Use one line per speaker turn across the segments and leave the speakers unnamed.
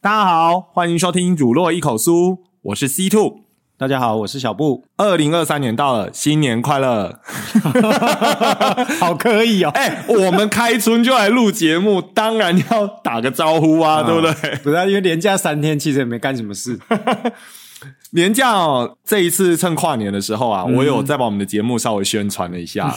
大家好，欢迎收听《乳酪一口酥》，我是 C Two。
大家好，我是小布，
二零二三年到了，新年快乐！
好可以哦，
哎、我们开春就来录节目，当然要打个招呼啊，对不对？
不是啊、因为连假三天，其实也没干什么事。
年假、哦、这一次趁跨年的时候啊，我有再把我们的节目稍微宣传了一下，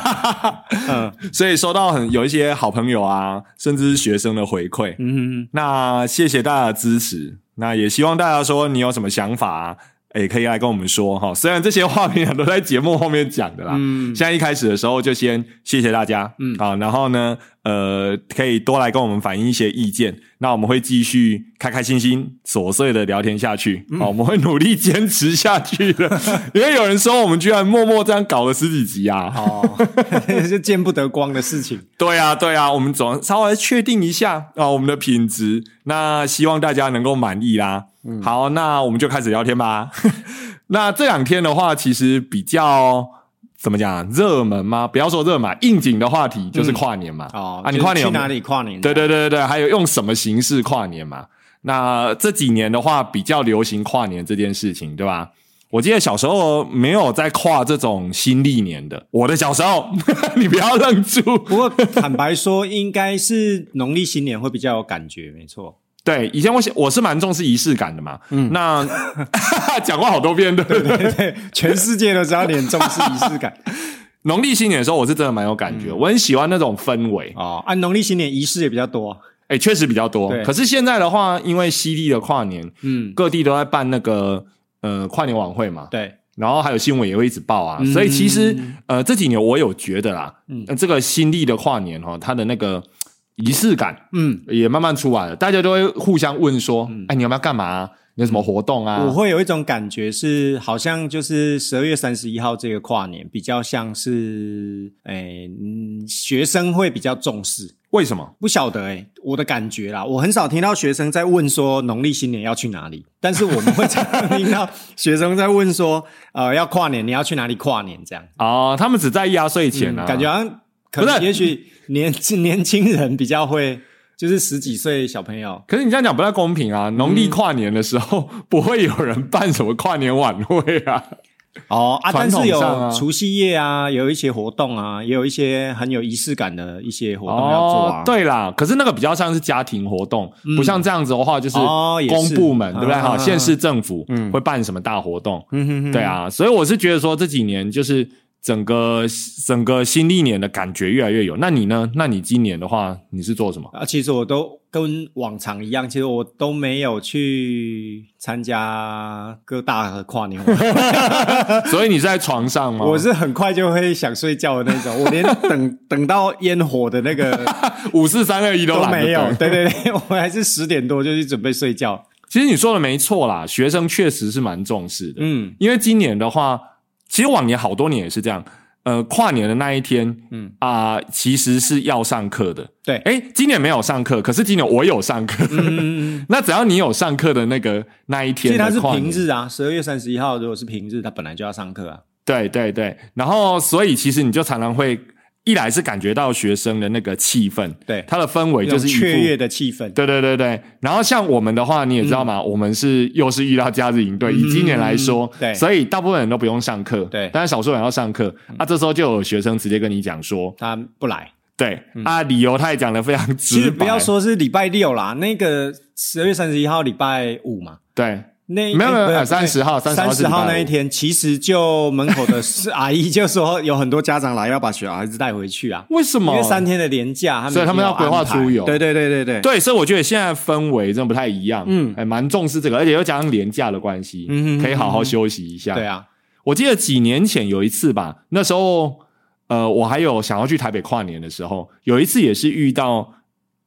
嗯
所以收到很有一些好朋友啊，甚至是学生的回馈。
嗯，
那谢谢大家的支持，那也希望大家说你有什么想法、啊，哎、可以来跟我们说哈。虽然这些话平常都在节目后面讲的啦，
嗯
现在一开始的时候就先谢谢大家，
嗯
好，然后呢，呃，可以多来跟我们反映一些意见，那我们会继续开开心心、琐碎的聊天下去，
嗯
好，我们会努力坚持下去的， 因为有人说我们居然默默这样搞了十几集啊，好，
哦， 是见不得光的事情。
对啊，对啊，我们总稍微确定一下啊，我们的品质，那希望大家能够满意啦。
嗯
好，那我们就开始聊天吧。 那这两天的话，其实比较怎么讲啊热门吗？不要说热门，啊应景的话题就是跨年嘛。
哦，
啊，你
就是
跨年有
去哪里跨年？啊
对，对对对对，还有用什么形式跨年嘛？那这几年的话，比较流行跨年这件事情，对吧？我记得小时候没有在跨这种新历年的，我的小时候， 你不要愣住。
不过坦白说，应该是农历新年会比较有感觉，没错。
对，以前我想我是蛮重视仪式感的嘛，嗯，那 讲过好多遍，对不对？
对对，全世界都知道你很重视仪式感
农历新年的时候，我是真的蛮有感
嗯
觉，我很喜欢那种氛围，
哦。按农历新年仪式也比较多，
哎，确实比较多。
对
可是现在的话，因为西历的跨年，
嗯，
各地都在办那个呃跨年晚会嘛，
对，
然后还有新闻也会一直报啊，
嗯
所以其实呃这几年我有觉得啦，
嗯
呃这个新历的跨年哈、哦，它的那个仪式感
嗯，
也慢慢出来了，大家都会互相问说，哎，你要不要干嘛、啊？你有什么活动啊？
我会有一种感觉是，好像就是十二月三十一号这个跨年，比较像是，诶、嗯学生会比较重视。
为什么？
不晓得诶、欸我的感觉啦，我很少听到学生在问说农历新年要去哪里，但是我们会常常听到学生在问说， 呃，要跨年你要去哪里跨年这样，
哦，他们只在意压岁钱啊，
嗯感觉好像可
不
能
是
也许年年轻 人比较会，就是十几岁小朋友，
可是你这样讲不太公平
嗯
啊！农历跨年的时候， 不会有人办什么跨年晚会啊。
哦啊，
传
但
统
是有
上啊
除夕夜啊，有一些活动啊，也有一些很有仪式感的一些活动要做啊。
哦，
嗯
对啦，可是那个比较像是家庭活动，不像这样子的话，就是
哦也
公
是
部门，对不对？
啊
哈、
啊啊
县市政府
嗯
会办什么大活动？
嗯哼哼，
对啊，所以我是觉得说这几年就是整个整个新历年的感觉越来越有。那你呢？那你今年的话，你是做什么？
啊，其实我都跟往常一样，其实我都没有去参加各大的跨 年晚会，
所以你是在床上吗？
呃我是很快就会想睡觉的那种，我连 等等到烟火的那个
五四三二一都
都
懒得
没有
等。。
对对 对，我还是十点多就去准备睡觉。
其实你说的没错啦，学生确实是蛮重视的。
嗯
因为今年的话，其实往年好多年也是这样，呃，跨年的那一天
嗯，
啊、其实是要上课的。
对
哎，今年没有上课，可是今年我有上课。
嗯，
那只要你有上课的那个那一
其
天
实它
的
是
跨年，
平日啊，十二月三十一号如果是平日，它本来就要上课啊。
对对对，然后所以其实你就常常会，一来是感觉到学生的那个气氛，
对
他的氛围
一
就
种
是一副
雀跃的气氛。
对对对对，然后像我们的话，你也知道嘛，
嗯
我们是又是遇到假日营队，以今年来说，
对
所以大部分人都不用上课，
对嗯
但是少数人要上课，啊，这时候就有学生直接跟你讲说，
他不来，
对，啊，理由他也讲的非常
嗯其
直
实
白，
不要说是礼拜六啦，那个十二月三十一号礼拜五嘛，
对，
那
没有没有
哎不
30号30号
三
是
十
礼拜五
号那一天，其实就门 口的是阿姨就说有很多家长来要把小孩子带回去啊，
为什
因
么？
为三天的年假，
所以他们
一
要
定
规划
安排
出游
对对对对对，
对，啊所以我觉得现在氛围真的不太一样，嗯
嗯，
还蛮重视这个，而且又加上廉价的关系，
嗯哼
可以好好休息一下。
对啊，
我记得几年前有一次吧，那时候呃，我还有想要去台北跨年的时候，有一次也是遇到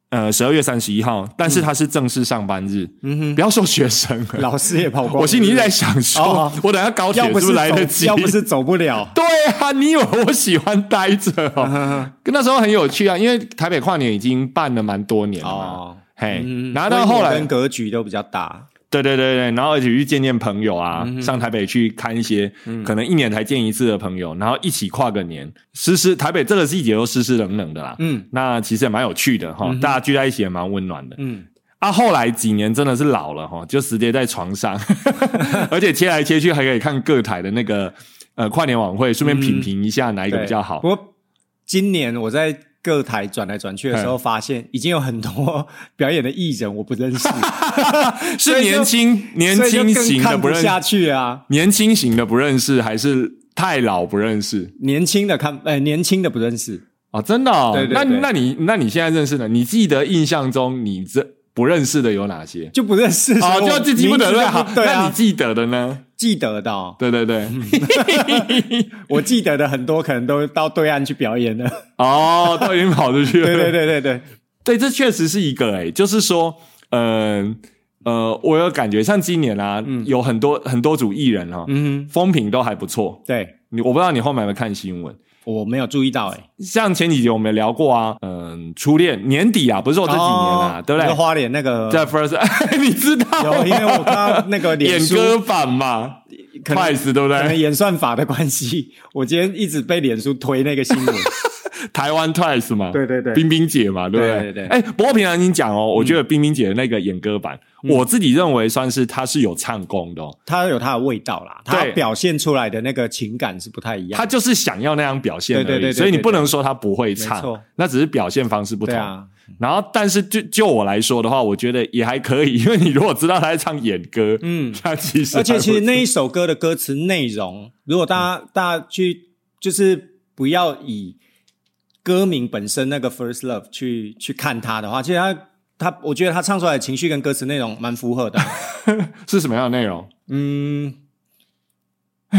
呃十二月三十一号，但是他是正式上班日，
嗯
不要说学生了，
老师也跑光了，
我心里一直在想说，
哦
我等下高铁
要
是
不
是来得
走
及？，
要不是走不了
对啊，你以为我喜欢待着
嗯
哦？那时候很有趣啊，因为台北跨年已经办了蛮多年了嘛，
哦，
嘿，
嗯
哎然后到后
规模
来
跟格局都比较大，
对对对对，然后一起去见见朋友啊，
嗯
上台北去看一些、可能一年才见一次的朋友，然后一起跨个年，湿湿台北这个季节都湿湿冷冷的啦。
嗯
那其实也蛮有趣的哈，大家聚在一起也蛮温暖的。
嗯，
啊，后来几年真的是老了哈，就直接在床 上，而且切来切去还可以看各台的那个呃跨年晚会，顺便品评一下哪一个
嗯对
比较好。
不过今年我在各台转来转去的时候，发现已经有很多 表演的艺人我不认识，所
是
以就
年轻年
所以就
轻
更
型的
看不
不认识，
下去啊。
年轻型的不认识，还是太老不认识
年轻的看，呃，年轻的不认识，
啊？真的、哦？
对对
那
对
那你那你现在认识的，你记得印象中你这不认识的有哪些？
就不认识，所
哦，
以我
就自己不得
名字
对
就
好，
对
那你
啊，
记得的呢？
记得的哦，
对对对，
我记得的很多可能都到对岸去表 演了。
哦，都已经跑出去了。
对对对对对，
对，这确实是一个诶、就是说，嗯呃我有感觉，像今年啊，有很多很多组艺人啊，
嗯哼，
风评都还不错。
对
你我不知道你后面有没有看新闻，
我没有注意到哎、欸，
像前几集我们聊过啊，嗯，初恋年底啊，不是我这几年啊，
哦
对不
那个
对？
花脸那个
在 First，你 知道
有，因为我看到那个脸
演
书
歌版嘛
可能
，Twice 对不
可能
对？
演算法的关系， 我今天一直被脸书推那个新 闻。
台湾 Twice 嘛，
对对对
冰冰姐嘛，对不
对对对嗯
哎、不过平常你讲哦，我觉得冰冰姐的那个演歌版，我自己认为算是她是有唱功的、哦，
它有它的味道啦，
对
它表现出来的那个情感是不太一样
他
的。
就是想要那样表现而已，
对对对对对
所以你不能说他不会唱
没错，
那只是表现方式不同。
对啊，
然后，但是就就我来说的话，我觉得也还可以，因 为你如果知道他在唱演歌，嗯，他其实
而且其
还
实
不
那一首歌的歌词内容，如果大
嗯
家、大家去就是不要以歌名本身那个 first love 去去看它的话，其实它它我觉得它唱出来的情绪跟歌词内容蛮符合的。
是什么样的内容？
嗯，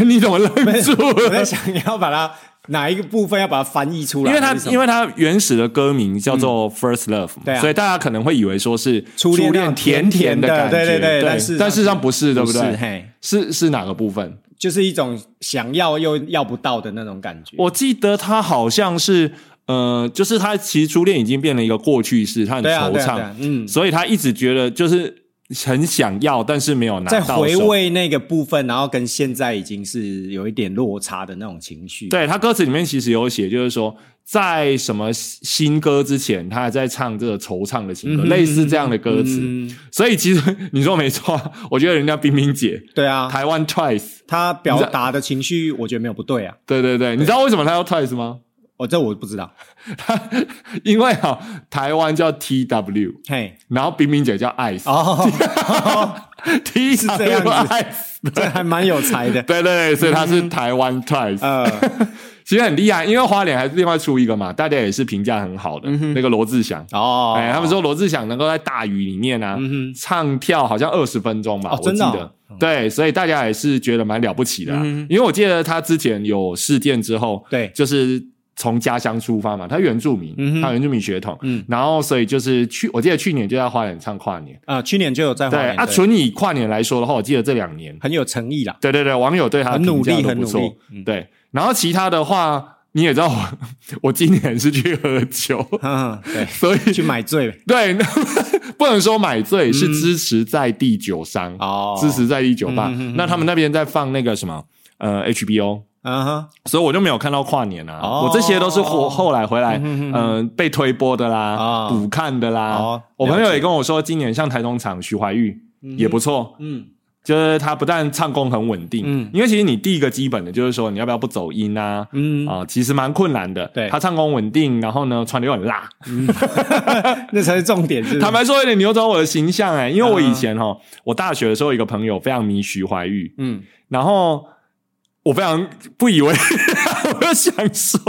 你怎么愣住
我
了
在？想要把它哪一个部分要把它翻译出来，
因为他
还是什么
因为他原始的歌名叫做《First Love》嘛，
对啊
所以大家可能会以为说是
初恋那
恋
种
甜
甜
的
的
感觉，
对对对但
但
事实上
事实上不是，对不
不是
对？
嘿，
是是哪个部分？
就是一种想要又要不到的那种感觉。
我记得他好像是，呃，就是他其实初恋已经变了一个过去式，他很
对啊，
惆
对
怅，
啊，对啊嗯，
所以他一直觉得就是很想要，但是没有拿
在
到手。
回味那个部分，然后跟现在已经是有一点落差的那种情绪。，
对他歌词里面其实有写，就是说在什么新歌之前，他还在唱这个惆怅的情歌，
嗯哼
类似这样的歌词。
嗯，
所以其实 你说没错啊，我觉得人家冰冰姐。
对啊，
台湾 Twice，
他表达的情绪，我觉得没有不对啊。
对对对，你知道为什么他叫 Twice 吗？
哦，这我不知道。
因为哈、台湾叫 TW，
嘿，
然后冰冰姐叫 Ice，
哦，
T
是这样子嗯
Twice，
这还蛮有才的。
对对对，所以他是台湾 Twice，、
呃，
其实很厉害，因为花莲还是另外出一个嘛，大家也是评价很好的、那个罗志祥。
嗯哦，嗯
哎，他们说罗志祥能够在大雨里面啊，唱跳好像二十分钟吧，
哦
我记
真的哦嗯
得。对，所以大家也是觉得蛮了不起的、啊，因为我记得他之前有事件之后，
对
就是从家乡出发嘛，他原住民，他原住民血统，
嗯
然后所以就是去，我记得去年就在花莲唱跨年，
啊，去年就有在花
对
莲，
啊，
对
纯以跨年来说的话，我记得这两年
很有诚意啦。
对对对，网友对他的
很努
啊评价
力嗯
都
很
不
努
错嗯
力
对，然后其他的话，你也知道我， 我今年是去喝酒，
嗯，对，
所以
去买醉
对，那 不能说买醉，
嗯
是支持在地酒商，
哦，
支持在地酒吧。
嗯嗯嗯
那他们那边在放那个什么，呃，HBO。
嗯哼，
所以我就没有看到跨年啊，
哦
我这些都是后后来回来，
嗯
嗯、被推播的啦
哦，
补、看的啦。
哦
我朋
了
友
解
也跟我说，今年像台中场徐怀钰、也不错，
嗯
就是他不但唱功很稳定，
嗯
因为其实你第一个基本的就是说你要不要不走音啊，
嗯，
啊、其实蛮困难的。
对
他唱功稳定，然后呢，穿的又很辣。
那才是重点，是不是
坦白说，有点扭转我的形象哎、因为我
嗯
以前哈、我大学的时候有一个朋友非常迷徐怀钰，
嗯，
然后我非常不以为， 我就想说，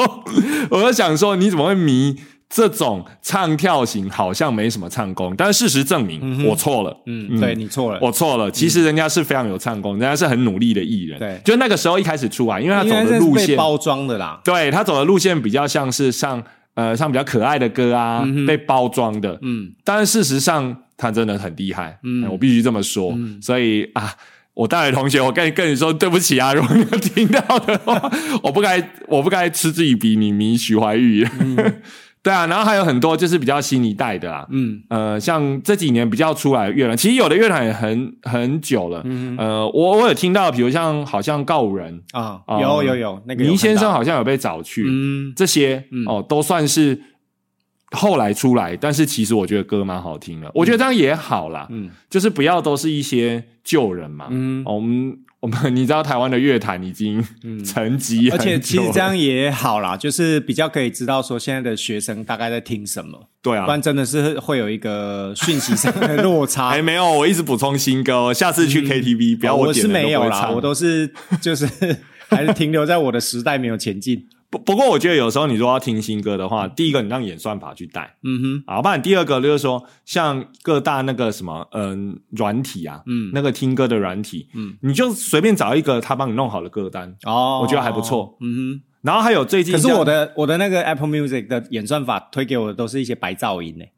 我就想说，你怎么会迷这种唱跳型？好像没什么唱功，但是事实证明、我错了。
嗯，对你错了，
我错了，其实人家是非常有唱功，人家是很努力的艺人。
对
就那个时候一开始出来，因为他
应
走
该
的
是
路
被
线，
包装的啦。
对他走的路线比较像是上呃上比较可爱的歌啊，被包装的。
嗯，
但是事实上，他真的很厉害，嗯，我必须这么说。
嗯
所以啊。我大学同学，我跟你跟你说对不起啊！如果你有 听到的话，我不该我不该嗤之以鼻，你迷徐怀钰。 对啊，然后还有很多就是比较新一代的啦，
嗯，
呃，像这几年比较出来的乐团，其实有的乐团也很很久了，嗯，呃，我我有听到，比如像好像告五人，
啊，
哦
有有有，那个有
倪
看
先生
到，
好像有被找去，
嗯
这些、
嗯
哦都算是后来出来，但是其实我觉得歌蛮好听的，我觉得这样也好啦，
嗯
就是不要都是一些旧人嘛，
嗯，
哦我们 我们你知道台湾的乐坛已经
嗯
沉 寂很久了，
而且其实这样也好啦，就是比较可以知道说现在的学生大概在听什么，
对啊
不，然真的是会有一个讯息上的落差
哎，。没有，我一直补充新歌哦，下次去 KTV 不要
嗯哦我
点
是
了
没
都不
有
会
啦，
唱
我都是 就是还是停留在我的时代没有前进。
不不过我觉得有时候你说要听新歌的话，第一个你让演算法去带，
嗯
啊，不然第二个就是说像各大那个什么嗯软体啊，
嗯
那个听歌的软体，
嗯，
你就随便找一个他帮你弄好的歌单，
哼，哦，
我觉得还不错。
嗯
然后还有最
哼，
近
可是
像
我的我的那个 Apple Music 的演算法推给我的都是一些白噪音欸呢、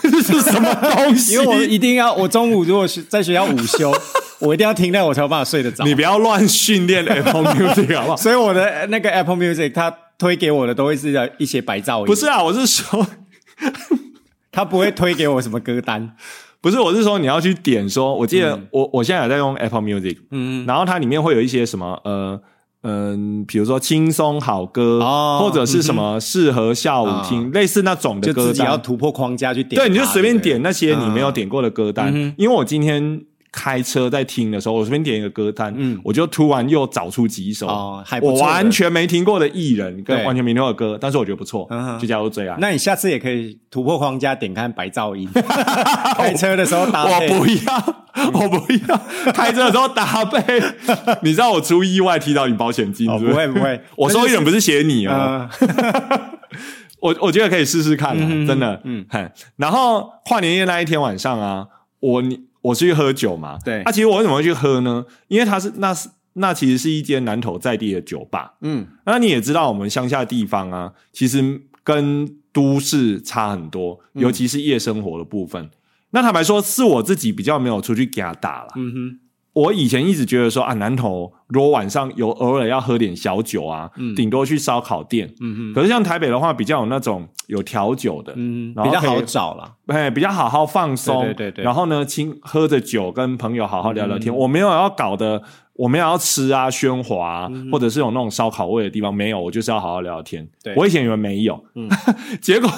这 是什么东西，
因为我一定要，我中午如果是在学校午 休，我一定要听那，我才有办法睡得着。
你不要乱训练 Apple Music 好不好？
所以我的呃那个 Apple Music 它推给我的都会是一些白噪音，
不是啊，我是说，
它不会推给我什么歌单。
不是，我是说你要去点说，我记得我、我现在有在用 Apple Music，
嗯，
然后它里面会有一些什么呃嗯，比如说轻松好歌，
哦啊
或者是什么适合下午听，类似那种的
就
歌
自己要
单。
突破框架去点它。
对，你就随便点
对
那些你没有点过的歌单，
嗯
因为我今天。开车在听的时候，我随便点一个歌单，
嗯
我就突然又找出几首、
哦还不
我
错的
完全没听过的艺人跟
对
完全没听过的歌，但是我觉得不错，
嗯哼
就叫做这样
不对。。那你下次也可以突破框架，点看白 噪音。 开车的时候搭
我
配，
不要， 我不要，开车的时候搭配。你知道我出意外踢到你保险金
哦
是
不
是，
会不会
我
说
受益人不是写你哦，
嗯
我我觉得可以试试看啊、
嗯
真的，嗯
嗯，
然后跨年夜那一天晚上啊，我你我去喝酒嘛，
对
啊，其实我为什么会去喝呢？因为它是那是那其实是一间南投在地的酒吧，
嗯
那你也知道我们乡下地方啊，其实跟都市差很多，
嗯
尤其是夜生活的部分。那坦白说，是我自己比较没有出去给他打啦。
嗯哼
我以前一直觉得说啊，南投如果晚上有偶尔要喝点小酒啊，顶多去烧烤店。
嗯哼
可是像台北的话，比较有那种有调酒的，
嗯
然
哼，
后
比较
可以
好找啦。
哎，比较好好放松，
对对对对嗯
然后呢，亲喝着酒跟朋友好好聊聊天。我没有要搞的，我没有要吃啊喧哗啊、
嗯
或者是有那种烧烤味的地方，没有，我就是要好好聊天。
对
我以前以为没有，
嗯
结果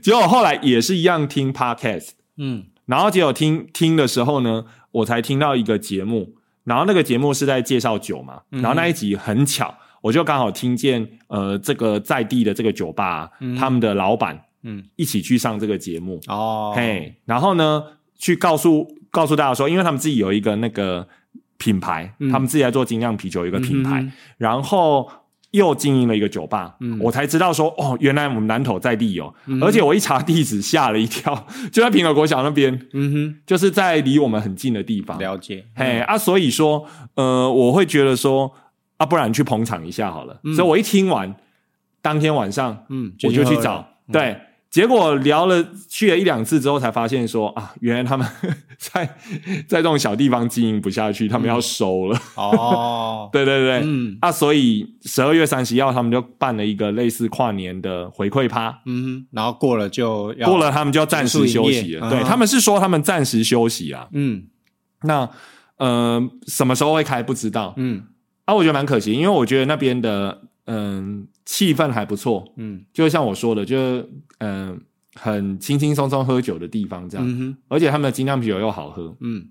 结果后来也是一样听 podcast，
嗯
然后结果听听的时候呢，我才听到一个节目，然后那个节目是在介绍酒嘛，
嗯
然后那一集很巧，我就刚好听见呃这个在地的这个酒吧啊、他们的老板
嗯
一起去上这个节目，
哦，
嘿，然后呢，去告诉告诉大家说，因为他们自己有一个那个品牌，
嗯
他们自己在做精酿啤酒有一个品牌，
嗯哼
然后又经营了一个酒吧，
嗯
我才知道说，哦，原来我们南投在地有，
嗯
而且我一查地址吓了一跳，就在平和国小那边，
嗯
就是在离我们很近的地方
哼，，了解。
嘿、啊，所以说，呃，我会觉得说，啊，不然去捧场一下好了，所以我一听完，当天晚上
嗯，
我就
喝
去
了
找。对，结果聊了去了一两次之后，才发现说啊，原来他们 在在这种小地方经营不下去，他们要收了。，
哦
对对对，
嗯
啊，所以十二月三十一号他们就办了一个类似跨年的回馈趴。
嗯哼，然后过了就要
过了，他们就要暂时休息了。
结束营业
对
嗯哼
他们是说他们暂时休息啊。
嗯
那呃，什么时候会开不知道。
嗯
啊，我觉得蛮可惜，因为我觉得那边的嗯、气氛还不错，
嗯
就像我说的，就是嗯、呃很轻轻松松喝酒的地方这样，
嗯哼
而且他们的精酿啤酒又好喝，
嗯，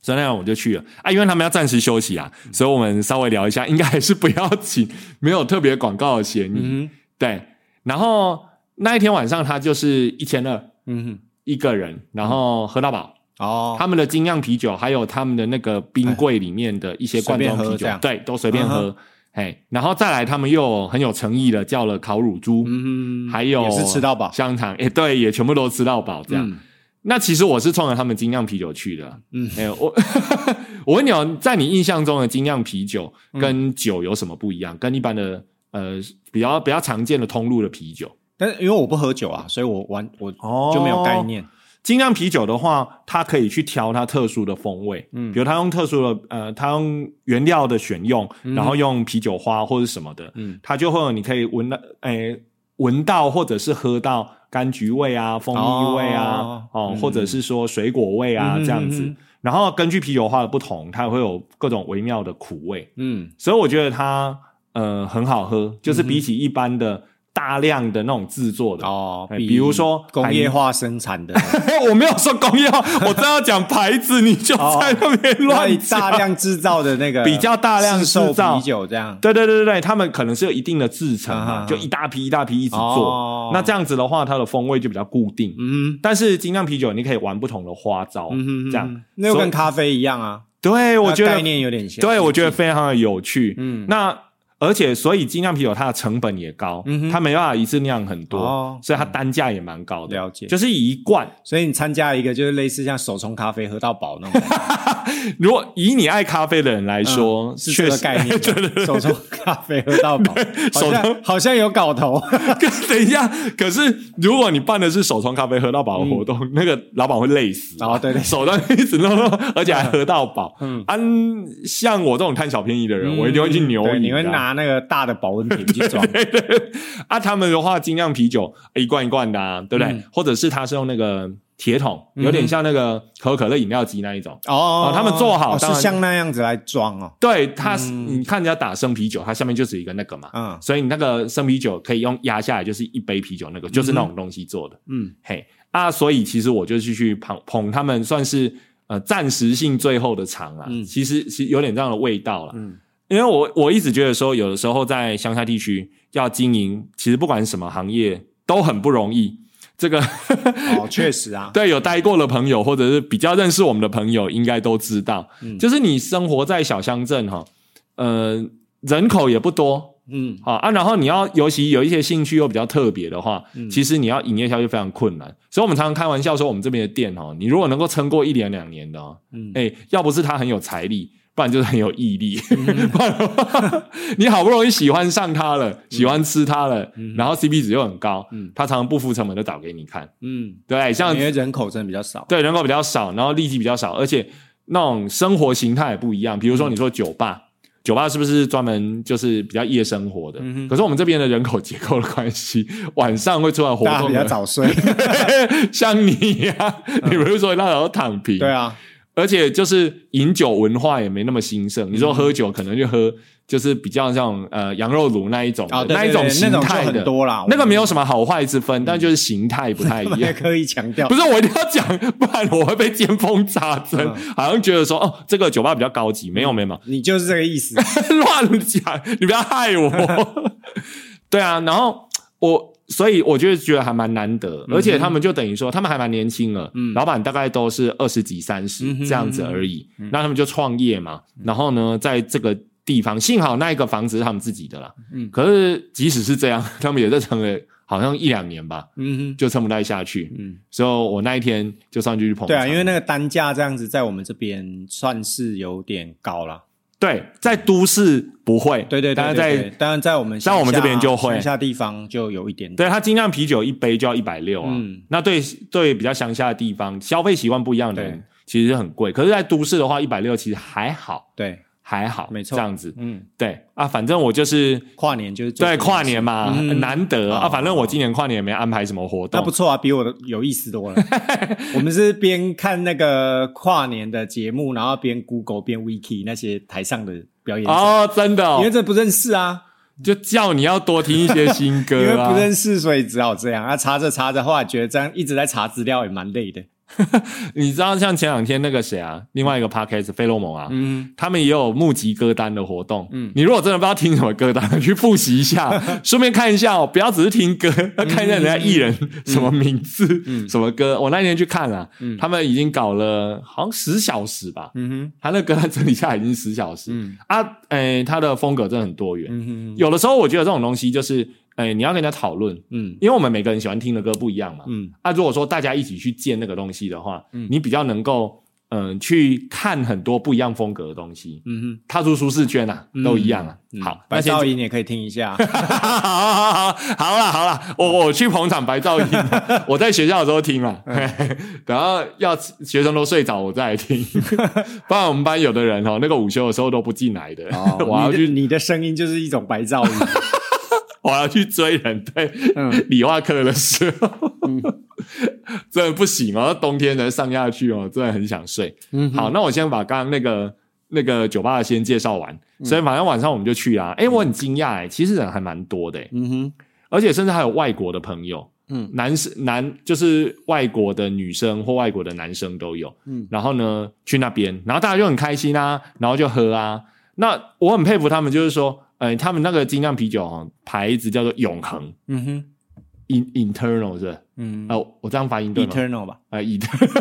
所以那样我就去了啊，因为他们要暂时休息啊，所以我们稍微聊一下，应该还是不要请没有特别广告的嫌疑，
嗯哼
对。然后那一天晚上，他就是一千二
嗯哼，
一个人，然后喝到饱。
哦，
他们的精酿啤酒，还有他们的那个冰柜里面的一些罐装
随便
啤
喝这
酒
样，
对，都随便喝。哎，然后再来，他们又有很有诚意的叫了烤乳猪，
嗯哼，
还有
也是吃到饱，
香肠，哎，对，也全部都吃到饱这样。
嗯
那其实我是冲着他们精酿啤酒去的，嗯
嗯，
哎，我 我问你哦，在你印象中的精酿啤酒跟酒有什么不一样？跟一般的呃比较比较常见的通路的啤酒，
但是因为我不喝酒啊，所以我完我
哦
就没有概念。
精酿啤酒的话，它可以去调它特殊的风味，嗯，
嗯
比如它用特殊的呃，它用原料的选用，然后用啤酒花或者什么的，嗯
嗯，
它就会有你可以闻到，哎、闻到或者是喝到柑橘味啊、蜂蜜味啊，
哦
哦，
嗯
或者是说水果味啊、
嗯
这样
嗯嗯
子。然后根据啤酒花的不同，它会有各种微妙的苦味。
嗯
所以我觉得它呃很好喝，就是比起一般的大量的那种制作的，
哦，
哎比如说
工业化生产的，
我没有说工 业化，我正要讲牌子，你就在那边 乱
以
讲。
哦大量制造的那个
比较大量
市售
制造
啤酒这样，
对对对对对，他们可能是有一定的制成
啊哈
嘛
哈，
就一大批一大批一直
哦
做。那这样子的话，它的风味就比较固定。
嗯
但是精酿啤酒你可以玩不同的花招
嗯哼，
这样
那就
所以
跟咖啡一样啊，
对我觉
那概
得，
念有点像，
对我觉得非常的有趣。
嗯
那而且所以精酿啤酒它的成本也高
嗯哼，
它没办法一次酿很
哦
多，所以它单价也蛮高的。
了解，
就是以一罐，
所以你参加一个就是类似像手冲咖啡喝到饱那种感觉，
如果以你爱咖啡的人来 说，
嗯是这
确
个
实
概念，手冲咖啡喝到饱，好
手
像
冲
好像有搞头，
等一下，可是如果你办的是手冲咖啡喝到饱的活动，那个老板会累死。
嗯哦对啊对
手上一直弄弄，而且还喝到饱。嗯，啊，像我这种贪小便宜的人，我一定会去啊牛
嗯对
饮。
你会？拿那个大的保温瓶 去装，
啊，他们的话，精酿啤酒一罐一罐的、啊，对不对？
嗯
或者是他是用那个铁桶，
嗯哼
有点像那个可口可乐饮料机那一种。
哦
哦他们做好
哦
当
是
然
像那样子来装哦，
对，它是、你看人家打生啤酒，它下面就是一个那个嘛，
嗯
所以你那个生啤酒可以用压下来，就是一杯啤酒那个，就是那种东西做的。
嗯，
嘿啊，所以其实我就去去捧捧他们，算是呃暂时性最后的场啦。
嗯
其实其实有点这样的味道啦。
嗯
嗯，因为我我一直觉得说，有的时候在乡下地区要经营，其实不管什么行业都很不容易。这个
哦，确实啊，
对有待过的朋友，或者是比较认识我们的朋友，应该都知道，
嗯
就是你生活在小乡镇哈，呃，人口也不多，
嗯，
好啊，然后你要尤其有一些兴趣又比较特别的话，
嗯
其实你要营业下去非常困难。所以我们常常开玩笑说，我们这边的店哦，你如果能够撑过一年两年的哦，
嗯
哎、要不是他很有财力，不然就是很有毅力，
嗯
不然的话，你好不容易喜欢上它了，喜欢吃它了，然后 CP 值又很高，
嗯
他常常不付成本就找给你看，
嗯，
对，像
因为人口真的比较少，
对人口比较少，然后利基比较少，而且那种生活形态也不一样。比如
嗯
说你说酒吧，酒吧是不是专门就是比较夜生活的？
嗯哼
可是我们这边的人口结构的关系，晚上会出来活
大家
动
比较
的，
早睡，
像你呀、你不是说那时候躺平？
对啊，
而且就是饮酒文化也没那么兴盛。你
嗯
说喝酒可能就喝，就是比较像呃羊肉炉那一种的、
啊，对
那
对
一
对
种
那
形
种
态
就很
的，
多啦，
那个没有什么好坏之分，但就是形态不太一
我
样
也。刻意强 调
不，是我一定要讲，不然我会被尖峰扎针，
嗯
好像觉得说哦，这个酒吧比较高级，没有没有， 没
你就是这个意思，
有乱讲，你不要害 我。对啊，然后我所以我就觉得还蛮难得，而且他们就等于说他们还蛮年轻了，
嗯
老板大概都是二十几、三十
嗯哼嗯
这样子而已，那他们就创业嘛，然后呢，在这个。地方幸好那一个房子是他们自己的啦，
嗯
可是即使是这样，他们也在撑了好像一两年吧，
嗯
就撑不太下去
哼，。嗯。
所以我那一天就上去去捧场。
对啊，因为那个单价这样子，在我们这边算是有点高了。
对在都市不会，
对对对
但是
对对
在
当然在我们
在我们
乡下
这边就会
乡下地方就有一点。
对它精酿啤酒一杯就要一百六啊。
嗯
那对对比较乡下的地方，消费习惯不一样的
对
人，其实很贵。可是，在都市的话，一百六其实还好，
对，
还好，
没错
这样子。
嗯，
对啊，反正我就是
跨年就是做
对
这件
跨
事
年嘛，
嗯
难得、
哦
啊。反正我今年跨年也没安排什么活
那
动
不，错啊，比我的有意思多 了。我们是边看那个跨年的节目，然后边 Google 边 Wiki 那些台上的表演者，
哦，真的、
因为
哦，
这不认识啊，
就叫你要多听一些新
因为
歌
不
啊。
认识，所以只好这样啊。查着查着，后来觉得这样一直在查资料也蛮累的。
你知道，像前两天那个谁啊，另外一个 podcast 费洛蒙啊，
嗯，
他们也有募集歌单的活动。嗯，你如果真的不知道听什么歌单，去复习一 下，顺便看一下哦，不要只是听歌，要看一下人家艺
嗯
人什么名字、什么歌。我那天去看了、啊他们已经搞了好像十小时吧，
嗯哼，
他那歌单整理下来已经十小时。
嗯
啊，诶、他的风格真的很多元。
嗯哼，
有的时候我觉得这种东西就是，诶、你要跟人家讨论，
嗯
因为我们每个人喜欢听的歌不一样嘛。
嗯
啊，如果说大家一起去建那个东西的话，你比较能够嗯、去看很多不一样风格的东西，
嗯哼，
踏出舒适圈啊，都一样啊。好，
嗯白
那先
噪音也可以听一 下。
好好好好啦好啦，我我去捧场白噪 音，啊我在学校的时候听了，
嗯
然后要学生都睡着我再来 听，不然我们班有的 人哦，那个午休的时候都不进来的，我要
你的
去
你的声音就是一种白噪音，
我要去追人，对，
嗯
理化课的时候，真的不行哦，冬天能上下去哦，真的很想睡。
嗯哼
好，那我先把刚刚那个那个酒吧先介绍完，
嗯
所以马上晚上我们就去啦。哎、我很惊讶哎，其实人还蛮多的、诶
嗯哼，
而且甚至还有外国的朋友，
嗯
嗯，男生男就是外国的女生或外国的男生都有，
嗯
嗯，然后呢去那边，然后大家就很开心啊，然后就喝啊。那我很佩服他们，就是说，呃，他们那个精酿啤酒哦，牌子叫做永恒
嗯哼，
In Internal 是不是？
嗯
哦，我这样发音对吗？
，eternal 吧，
呃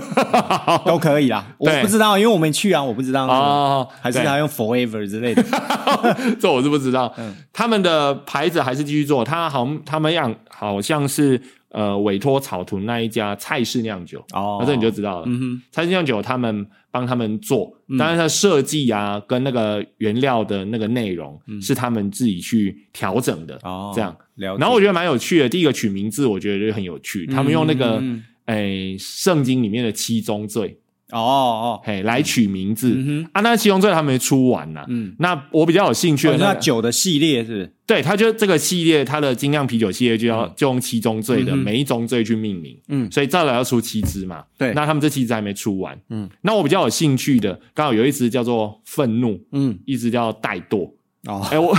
，Eternal
都可以啦。我
对
不知道，因为我没去啊，我不知道那个。
哦，
还是
对
他用 forever 之类的。
这我是不知道。
嗯
他们的牌子还是继续做，他好像他们样好像是呃委托草图那一家蔡氏酿酒，
哦
那这你就知道了。
嗯
蔡氏酿酒他们帮他们做，当然它的设计啊跟那个原料的那个内容是他们自己去调整的。
哼，嗯哦，
这样。
了解。
然后我觉得蛮有趣的，第一个取名字我觉得就很有趣，他们用那个
嗯
诶圣经里面的七宗罪，
哦哦，
嘿来取名字。
嗯
啊，那七宗罪他们出完了、
嗯，
那我比较有兴趣
哦
的、
你
那
说
个
它酒的系列是不是？
对，它就这个系列，它的精酿啤酒系列就要、就用七宗罪的、
嗯嗯哼
每一宗罪去命名，
嗯
所以照来要出七支嘛。
对
那他们这七支还没出完。
嗯
嗯，那我比较有兴趣的，刚好有一支叫做愤怒，
嗯，
一支叫怠惰。
哦，
哎、我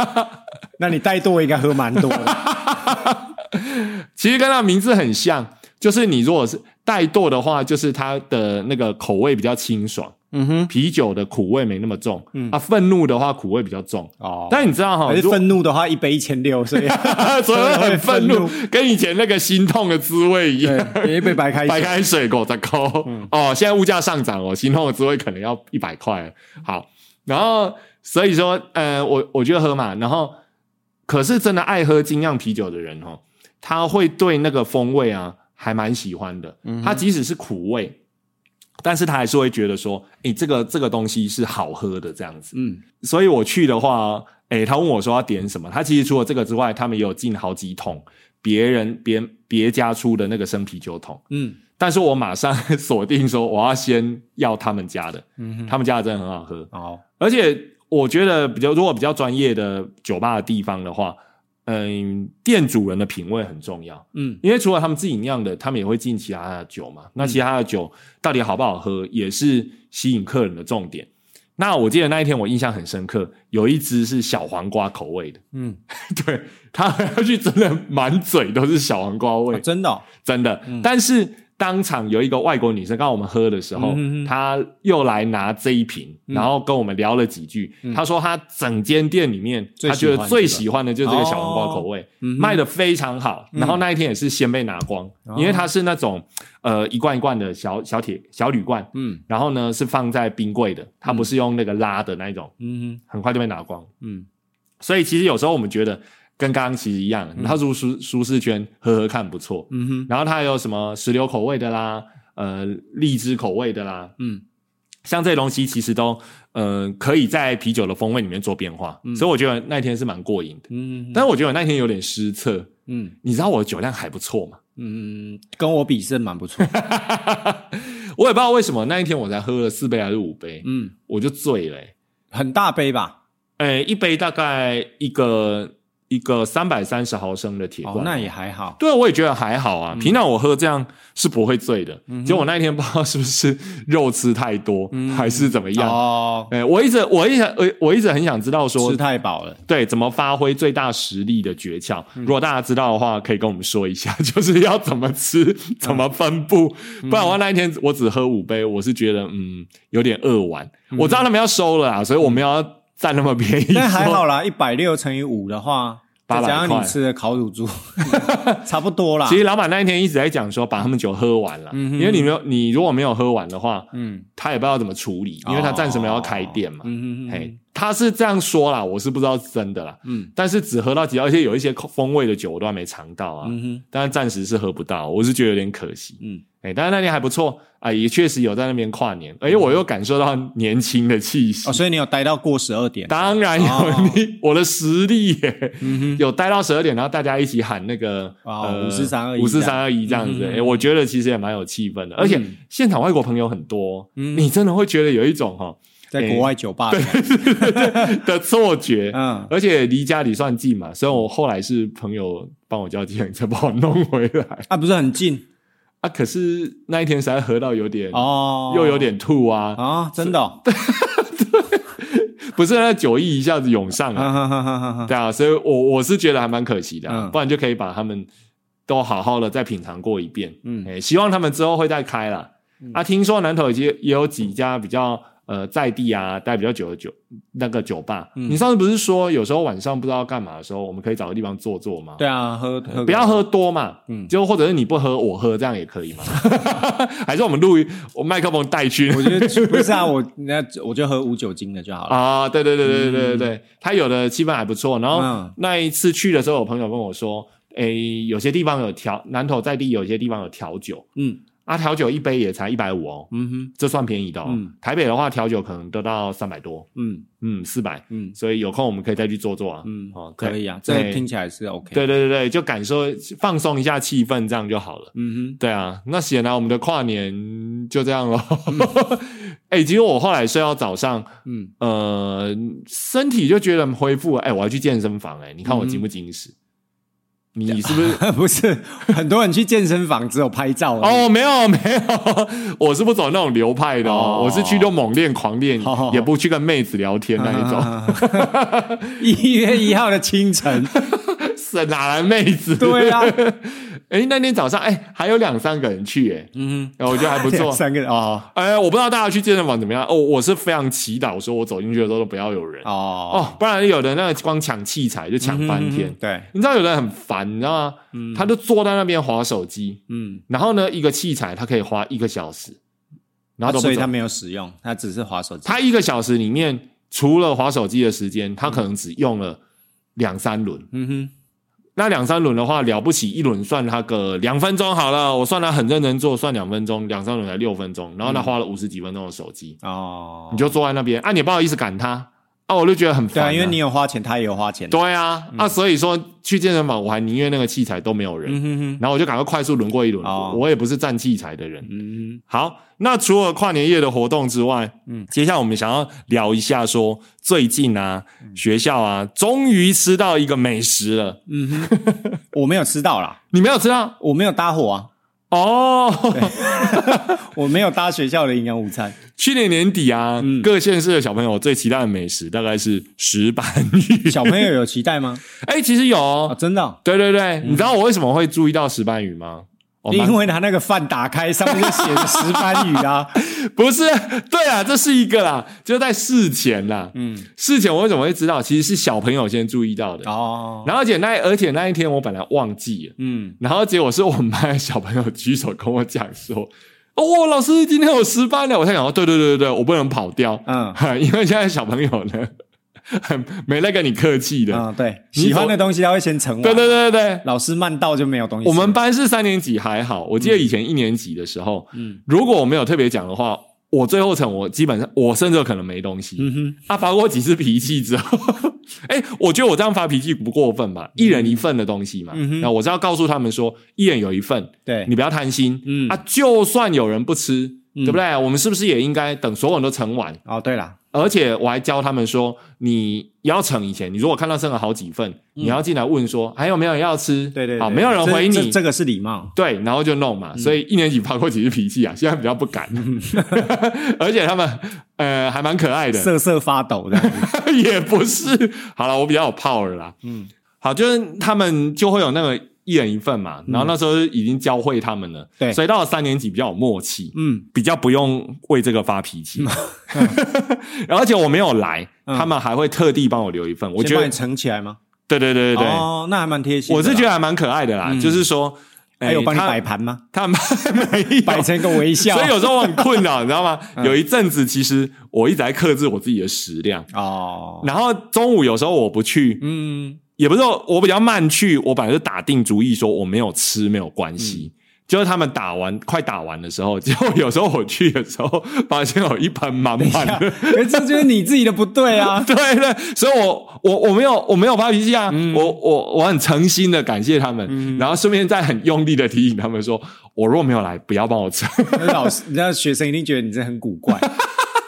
那你带多应该喝蛮 多的。
其实跟它名字很像，就是你如果是怠惰的话，就是它的那个口味比较清爽，
嗯哼，
啤酒的苦味没那么重。
嗯
啊，愤怒的话苦味比较重。
哦，
但你知道哈，
可是
如果
愤怒的话，一杯一千六，所以
所以会很愤
愤
怒
怒，
跟以前那个心痛的滋味一样。
对，一杯白开
白
水。嗯
开水狗在抠哦，现在物价上涨哦，心痛的滋味可能要一百块了。好，然后所以说，呃，我我觉得喝嘛，然后可是真的爱喝精酿啤酒的人哦，他会对那个风味啊还蛮喜欢的。
嗯
他即使是苦味，但是他还是会觉得说，诶，这个这个东西是好喝的这样子。
嗯，
所以我去的话，诶，他问我说要点什么，他其实除了这个之外，他们也有进好几桶别人别别家出的那个生啤酒桶。
嗯
但是我马上 锁定说，我要先要他们家的，
嗯哼，
他们家的真的很好喝，
哦，
而且我觉得比较如果比较专业的酒吧的地方的话，嗯，店主人的品味很重要，
嗯
因为除了他们自己酿的，他们也会进其他的酒嘛。那其他的酒到底好不好喝，也是吸引客人的重点。那我记得那一天我印象很深刻，有一支是小黄瓜口味的，
嗯，
对他喝下去真的满嘴都是小黄瓜味
哦，真的哦，
真的。但是当场有一个外国女生，刚好我们喝的时候，
嗯哼哼嗯
她又来拿这一瓶，然后跟我们聊了几句。她说她整间店里面，
最
她
喜
觉
欢
得最喜欢的就是这个小黄瓜口味，
嗯哼嗯哦
卖的非常好。然后那一天也是先被拿光，因为它是那种呃一罐一罐的小小铁小铝罐，
嗯
然后呢是放在冰柜的，它不是用那个拉的那一种，
嗯
很快就被拿光。
嗯
所以其实有时候我们觉得跟刚刚其实一样，它入舒舒适圈喝喝看不错，
嗯哼，
然后它还有什么石榴口味的啦，呃，荔枝口味的啦，
嗯
像这些东西其实都呃可以在啤酒的风味里面做变化，所以我觉得那天是蛮过瘾的。
嗯
但是我觉得我那天有点失策，
嗯
你知道我的酒量还不错嘛，
嗯，跟我比是蛮不错。
我也不知道为什么那一天我才喝了四杯还是五杯，
嗯，
我就醉了、欸，
很大杯吧？
诶，一杯大概一个一个三百三十毫升的铁罐
哦，，那也还好。
对，我也觉得还好
嗯
啊。平常我喝这样是不会醉的，结果我那一天不知道是不是肉吃太多，还是怎么样。
嗯哦，
哎、我一直我一直呃我一直很想知道说
吃，太饱了。
对怎么发挥最大实力的诀窍。
嗯
如果大家知道的话，可以跟我们说一下， 就是要怎么吃，
嗯
怎么分布。不然我那一天我只喝五杯，我是觉得嗯有点饿完。
嗯
我知道他们要收了啊，所以我们要占那么便宜。
但还好啦，一百六乘以五的话，再
800
加上你
块
吃的烤 乳猪，差不多啦
其。实老板那一天一直在讲说，把他们酒喝完了，因为你没有你如果没有喝完的话，
嗯，
他也不知道怎么处理，因为他暂时没有要开店嘛。
哦嗯嗯嗯
嘿，他是这样说啦，我是不知道是真的啦。
嗯
但是只喝到几道，而且有一些风味的酒我都还没尝到啊。
嗯哼
但是暂时是喝不到，我是觉得有点可惜。
嗯，
哎，但是那天还不错啊，也确实有在那边跨年，而且我又感受到年轻的气息。
嗯哦，所以你有待到过十二点。
当然有
哦
你，我的实力耶，
嗯
有待到十二点，然后大家一起喊那个呃
哦5321
五四三二一这样子，
嗯
哎，我觉
嗯
得其实也蛮有气氛的，而且现场外国朋友很多，你真的会觉得有一种哈，
在国外酒吧的感觉，
的错觉。
嗯
而且离家里算近嘛，虽然我后来是朋友帮我叫计程车把我弄回 来
啊，不是很近
啊，可是那一天实在喝到有点，
哦，
又有点吐啊，
啊，真的哦，
不是那酒意一下子涌上来，
哈哈哈哈哈哈
对啊，所以我我是觉得还蛮可惜的啊、
嗯
不然就可以把他们都好好的再品尝过一遍。
嗯
嗯、希望他们之后会再开啦。啊，听说南投已经也有几家比较呃在地啊待比较久的酒那个酒吧、
嗯
你上次不是说有时候晚上不知道干嘛的时候，我们可以找个地方坐坐吗？
对啊，喝喝
不要喝多嘛，
嗯
嗯，就或者是你不喝我喝这样也可以嘛， 还是我们录一我麦克风带去
我觉得不是啊，我那我就喝无酒精的就好 了。
啊，对对对对对对对，他有的气氛还不错。然后
嗯
那一次去的时候，我朋友跟我说，诶，有些地方有调南投在地，有些地方有调酒
嗯
啊，调酒一杯也才一百五哦，
嗯哼
这算便宜的哦。
嗯
台北的话，调酒可能得到三百多，
嗯
嗯，四百，
嗯
所以有空我们可以再去坐坐啊。
嗯，
哦，
可以啊，这
对
个听起来是 OK。，
对对对对，就感受放松一下气氛，这样就好了。
嗯
对啊，那显然我们的跨年就这样咯。
嗯
哎、其实我后来睡到早上，
哼嗯，
呃，身体就觉得恢复了。哎、我要去健身房、哎，你
嗯
看我紧不紧实？你是不是？
不是很多人去健身房只有拍照而已
哦，没有 没有，我是不走那种流派的哦，
哦
我是去就猛练狂练，
好好好
也不去跟妹子聊天那一种，啊
种。 一月一号的清晨，
是哪来妹子？
对啊，
哎、那天早上哎、还有两三个人去、哎
嗯
哎，我觉得还不
哼，
错
两。 三个人哦
哎、我不知道大家去健身房怎么样哦，我是非常祈祷说，我走进去的时候都不要有人哦
哦，
不然有的那个光抢器材就抢翻天。
嗯哼嗯对，
你知道有的人很烦，你知道吗？他就坐在那边划手机，
嗯，
然后呢，一个器材他可以花一个小时，然后都
啊所
不
以
走
他没有使用，他只是滑手机。
他一个小时里面，除了划手机的时间，他可能只用了两三轮。
嗯哼，
那两三轮的话，了不起一轮算他个两分钟好了，我算他很认真做，算两分钟，两三轮才六分钟，然后他花了五十几分钟的手机，
哦，
你就坐在那边啊，你也不好意思赶他啊，我就觉得很
对
烦、
啊，因为你。有花钱，他也有花钱。
对啊，啊，所以说去健身房，我还宁愿那个器材都没有人，
嗯哼哼，
然后我就赶快快速轮过一轮。
哦
我也不是站器材的人。
嗯
好，那除了跨年夜的活动之外，嗯，接下来我们想要聊一下说，最近啊，
嗯
学校啊，终于吃到一个美食了。
哼，我没有吃到啦，
你没有吃到
我没有搭伙啊，
哦？
我没有搭学校的营养午餐。
去年年底啊，
嗯
各县市的小朋友最期待的美食大概是石板鱼。
小朋友有期待吗？
哎、其实有、
啊，
哦，
真的哦、
对对对，你知道我为什么会注意到石斑鱼吗？哦蛮
因为他那个饭打开上面就写着石斑鱼 啊，
不是，对啊，这是一个啦，就在事前啦。嗯，事前我怎么会知道？其实是小朋友先注意到的。
哦，
然后而且那而且那一天我本来忘记了，
嗯，
然后结果是我们班的小朋友举手跟我讲说。哦，老师，今天我失败了。我才想到，对对对对对，我不能跑掉，
嗯
因为现在小朋友呢，很没在跟你客气的，
嗯，对，
你
喜欢
走
的东西他会先盛完，
对对，对对对。
老师慢到就没有东西吃。
我们班是三年级还好，我记得以前一年级的时候，
嗯
嗯，如果我没有特别讲的话，我最后层我基本上我甚至有可能没东西，
嗯
他发过几次脾气之后， 哎、我觉得我这样发脾气不过分吧？一人一份的东西嘛，
嗯哼
那我是要告诉他们说，一人有一份，
哼，对
你，不要贪心。
嗯
啊，就算有人不吃，
嗯
对不对？我们是不是也应该等所有人都盛完？
哦，对啦，
而且我还教他们说，你要盛以前，你如果看到剩了好几份，你要进来问说还有没有人要吃？
嗯对对，
好，
对
没有人
这
回你，
这这嗯个是礼貌，
对，然后就弄嘛，所以一年级发过几次脾气啊，现在比较不 敢， 而且他们呃还蛮可爱的，
瑟瑟发抖的，
也不是。好了，我比较有 power 啦。
嗯
嗯，好，就是他们就会有那个一人一份嘛，然后那时候已经教会他们了，
嗯对
所以到了三年级比较有默契，
嗯，
比较不用为这个发脾气。 而且我没有来，
嗯
他们还会特地帮我留一份，我
先
觉
帮
得
你盛起来吗？
对对对对对，
哦，那还蛮贴心的
我
啦。
是觉得还蛮可爱的啦，就是说。哎
还有帮你
他
摆盘吗？
他们没有
摆成一个微笑，嗯
所以有时候我很困扰，你 知道吗？有一阵子，其实我一直在克制我自己的食量，
哦，
然后中午有时候我不去，
嗯，
也不是说我比较慢去，我本来就打定主意说我没有吃没有关
嗯
系。就是他们打完快打完的时候，结果有时候我去的时候，发现有一盆满满的。，
可是这就是你自己的不对啊
对对，所以我我我没有我没有发脾气啊，
嗯
我我我很诚心的感谢他们，然后顺便再很用力的提醒他们说，我若没有来，不要帮我吃。
那老师，那学生一定觉得你这很古怪。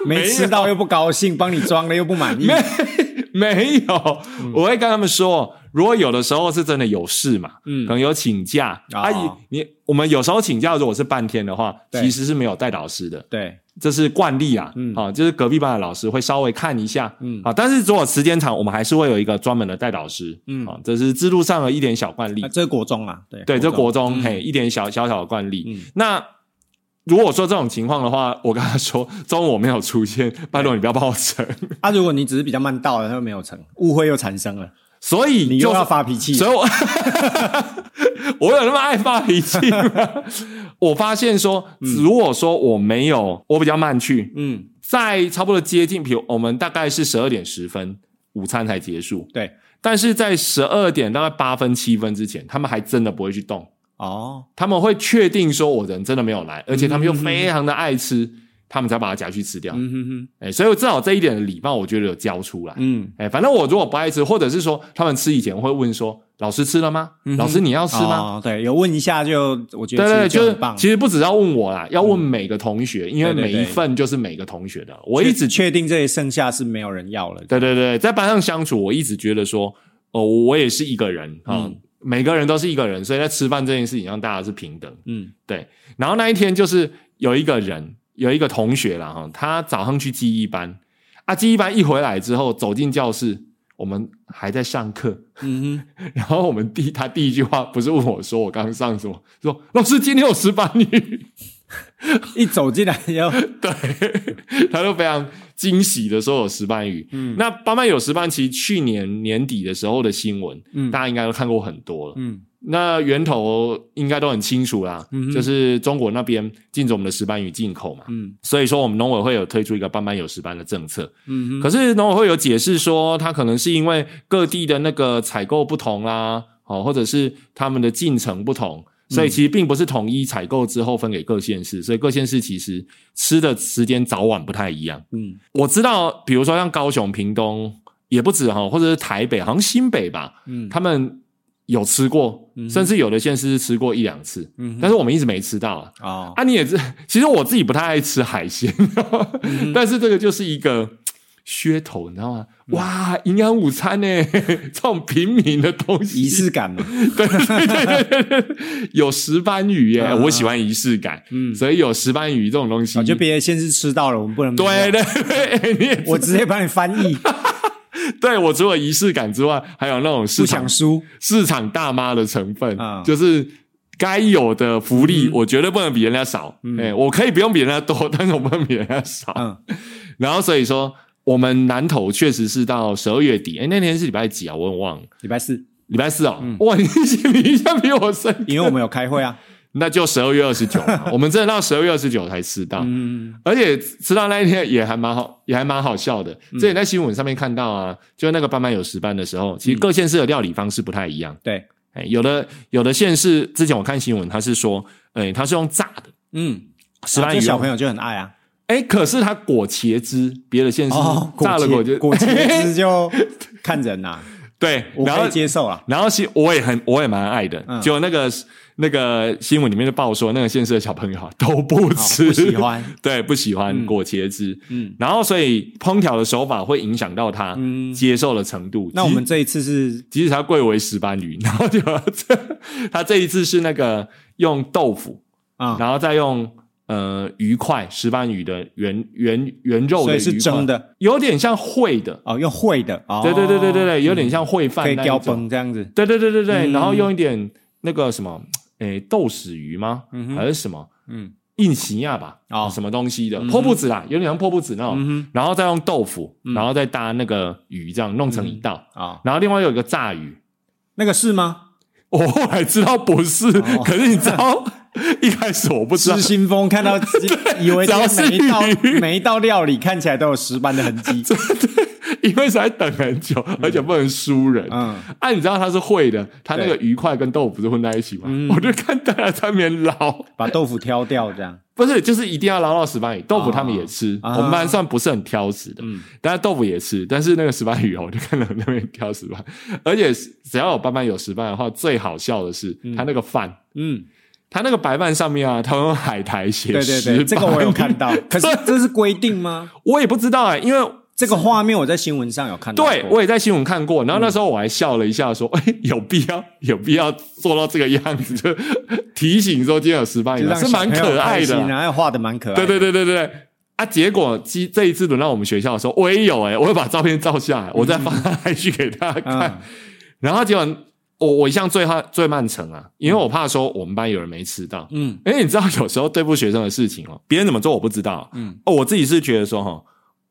没吃到又不高兴，帮你装了又不满意，
没有，
嗯
我会跟他们说，如果有的时候是真的有事嘛，
嗯
可能有请假，
哦
啊，你你我们有时候请假如果是半天的话，
对
其实是没有带老师的，
对，
这是惯例啊，
嗯
啊，就是隔壁班的老师会稍微看一下，
嗯
啊，但是如果时间长，我们还是会有一个专门的带导师，
嗯
啊，这是制度上的一点小惯例
啊，这是国中啊，对
对，这国中、
嗯
嘿一点小小小的惯例。
嗯
那如果说这种情况的话，我跟他说 中午我没有出现，拜托你不要帮我 成，
啊，如果你只是比较慢到了，他又没有成，误会又产生了，
所以
你
就
又
是
要发脾气，
所以我 我有那么爱发脾气 吗？我发现说，如果说我没有，我比较慢去，
嗯，
在差不多接近，比如我们大概是十二点十分午餐才结束，
对，
但是在十二点大概八分七分之前，他们还真的不会去动。
哦，
他们会确定说我人真的没有
嗯
来，而且他们又非常的爱吃，他们才把它夹去吃掉。哎、
嗯哼哼，
所以我至少这一点的礼貌，我觉得有教出来。哎、
嗯，
反正我如果不爱吃，或者是说他们吃以前会问说：“老师吃了吗？
嗯哼
老师你要吃吗？”
哦，对，有问一下就，我觉
对对，对
得其
就
实就是很棒，嗯
其实不只要问我啦，要问每个同学，因为
对对
每
对
一份就是每个同学的。我一直
确定这些剩下是没有人要了，
对对对，在班上相处，我一直觉得说，哦，我也是一个人啊，
嗯
每个人都是一个人，所以在吃饭这件事情上，大家是平等。
嗯
对，然后那一天就是有一个人，有一个同学啦哈，他早上去记忆班啊，记忆班一回来之后走进教室，我们还在上课，
嗯哼，
然后我们第他第一句话不是问我说我刚上什么，说老师今天有石斑鱼，
一走进来就
对，他就非常惊喜的说有石斑鱼。嗯，那班班有石斑，其实去年年底的时候的新闻，
嗯
大家应该都看过很多了。
嗯
那源头应该都很清楚啦，
嗯哼
就是中国那边禁止我们的石斑鱼进口嘛。
嗯
所以说，我们农委会有推出一个班班有石斑的政策，
嗯哼，
可是农委会有解释说，它可能是因为各地的那个采购不同啦，哦，或者是他们的进程不同，所以
嗯
其实并不是统一采购之后分给各县市，所以各县市其实吃的时间早晚不太一样。
嗯
我知道，比如说像高雄、屏东也不止哈，或者是台北，好像新北吧，
嗯
他们有吃过，
嗯哼
甚至有的县市是吃过一两次，
嗯哼，
但是我们一直没吃到啊。
哦，
啊，你也知，其实我自己不太爱吃海鲜，
嗯
但是这个就是一个嘖噱头，你知道吗？
嗯
哇，营养午餐呢，这种平民的东
仪
西，
式 感嘛，
有石斑鱼耶，
嗯
我喜欢仪式感，
嗯，
所以有石斑鱼这种东西
啊，，就别人先是吃到了，我们不能
对对对，你也
我直接帮你翻 译，
对我除了仪式感之外，还有那种市
不
场
想输。
市场大妈的成分，
啊
就是该有的福利，我绝对不能比人家少。
嗯
哎，我可以不用比人家多，但是我不能比人家少。
嗯
然后所以说，我们南投确实是到十二月底，哎，那天是礼拜几啊？我也忘了，
礼拜四，
礼拜四哦。
嗯
哇，你你一下比我深，
因为我们有开会啊。
那就十二月二十九， 我们真的到十二月二十九才吃到。
嗯，
而且吃到那一天也还蛮好，也还蛮好笑的。
嗯
这也在新闻上面看到啊，就那个班班有十班的时候，其实各县市的料理方式不太一样。
对，
哎，有的有的县市之前我看新闻，他是说，哎，他是用炸的
嗯，
石斑鱼哦
这小
用
朋友就很爱啊。
哎、可是他裹茄汁，别的县市
哦，
炸了
果
茄，
汁 果茄汁就看人呐，
对，
我
然
可
后
以接受 啊。
然后新我也很我也蛮爱的，
嗯
就那个那个新闻里面就报说，那个县市的小朋友啊都不
好
吃，
不喜，欢，
对，不喜欢
嗯
裹茄汁，
嗯，
然后所以烹调的手法会影响到他
嗯
接受的程度。
那我们这一次是
即使他贵为石斑鱼， 然后就他这一次是那个用豆腐，
啊，
然后再用。呃，鱼块石斑鱼的原原原肉
所
的鱼块，
以是蒸的
有点像烩的，
哦，用烩的哦，
对对对对对对，有点像烩饭
可以
那一
雕
种
崩这样子，
对对对对对，
嗯
然后用一点那个什么，诶，豆豉鱼吗？还是什么
嗯
印尼亚吧？
哦
什么东西的破布子啦，有点像破布子那种
嗯，
然后再用豆腐，然后再搭那个鱼，这样弄成一道。
啊，
然后另外有一个炸鱼，
那个 是吗？
我后来知道不是，
哦
可是你知道， 一开始我不知道
失，心疯看到以
啊
为
只要
这每一道
是鱼
每一道料理看起来都有石斑的痕 迹，
因为实在等很久，而且不能输人。
嗯，
啊，你知道它是会的，它那个
对嗯
鱼块跟豆腐是混在一起嘛？我就看大家在那边捞，
把豆腐挑掉这样，
不是，就是一定要捞到石斑鱼。豆腐他们也吃，
啊嗯
我们班算不是很挑食的，但是豆腐也吃。但是那个石斑鱼哦，我就看到那边挑石斑，而且只要有班班有石斑的话，最好笑的是他那个饭，
嗯，
他那个白饭上面啊，他用海苔写
对对对，
石
这个我有
斑
看到。 可是这是规定吗？
我也不知道哎、因为
这个画面我在新闻上有看到过。
对我也在新闻看过，然后那时候我还笑了一下，说：“
嗯
哎、有必要，有必要做到这个样子，就提醒说今天有石斑鱼
就
吗，
让
是蛮
小朋
可
友
爱
开
的
心
啊。”
然后画的蛮可爱
对
的。
对对对对对啊！结果这这一次轮到我们学校的时候，我也有哎、我有把照片照下来，我再发 IG 给大家看。
嗯
然后结果我我一向最怕最慢成啊，因为我怕说我们班有人没吃到。
嗯
因为你知道，有时候对付学生的事情哦， 别人怎么做我不知道。
嗯，
哦，我自己是觉得说哈，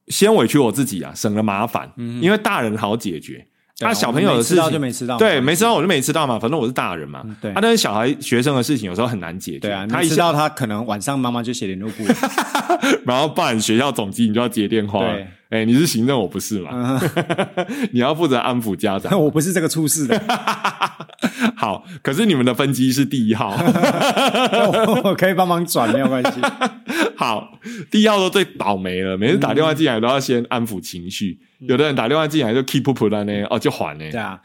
先委屈我自己啊，省了麻烦。
嗯
因为大人好解决，
对啊
啊，小朋友的
我们没
事
吃到就
情。
没吃到嘛。
对，没吃到我就没吃到嘛，反正我是大人嘛。
嗯对
啊，但是小孩学生的事情有时候很难解决。
对啊，
他
他
一
知
下
道他可能晚上妈妈就写联络簿了。
然后办学校总机，你就要接电话。
对
哎、你是行政，我不是嘛，
嗯
你要负责安抚家长。
我不是这个出 事的，
好，可是你们的分机是第一号，
我我可以帮忙转，没有关系。
好，第一号都最倒霉了，每次打电话进来都要先安抚情绪。有的人打电话进来就 keep up 了呢，哦，就缓呢
嗯对。啊，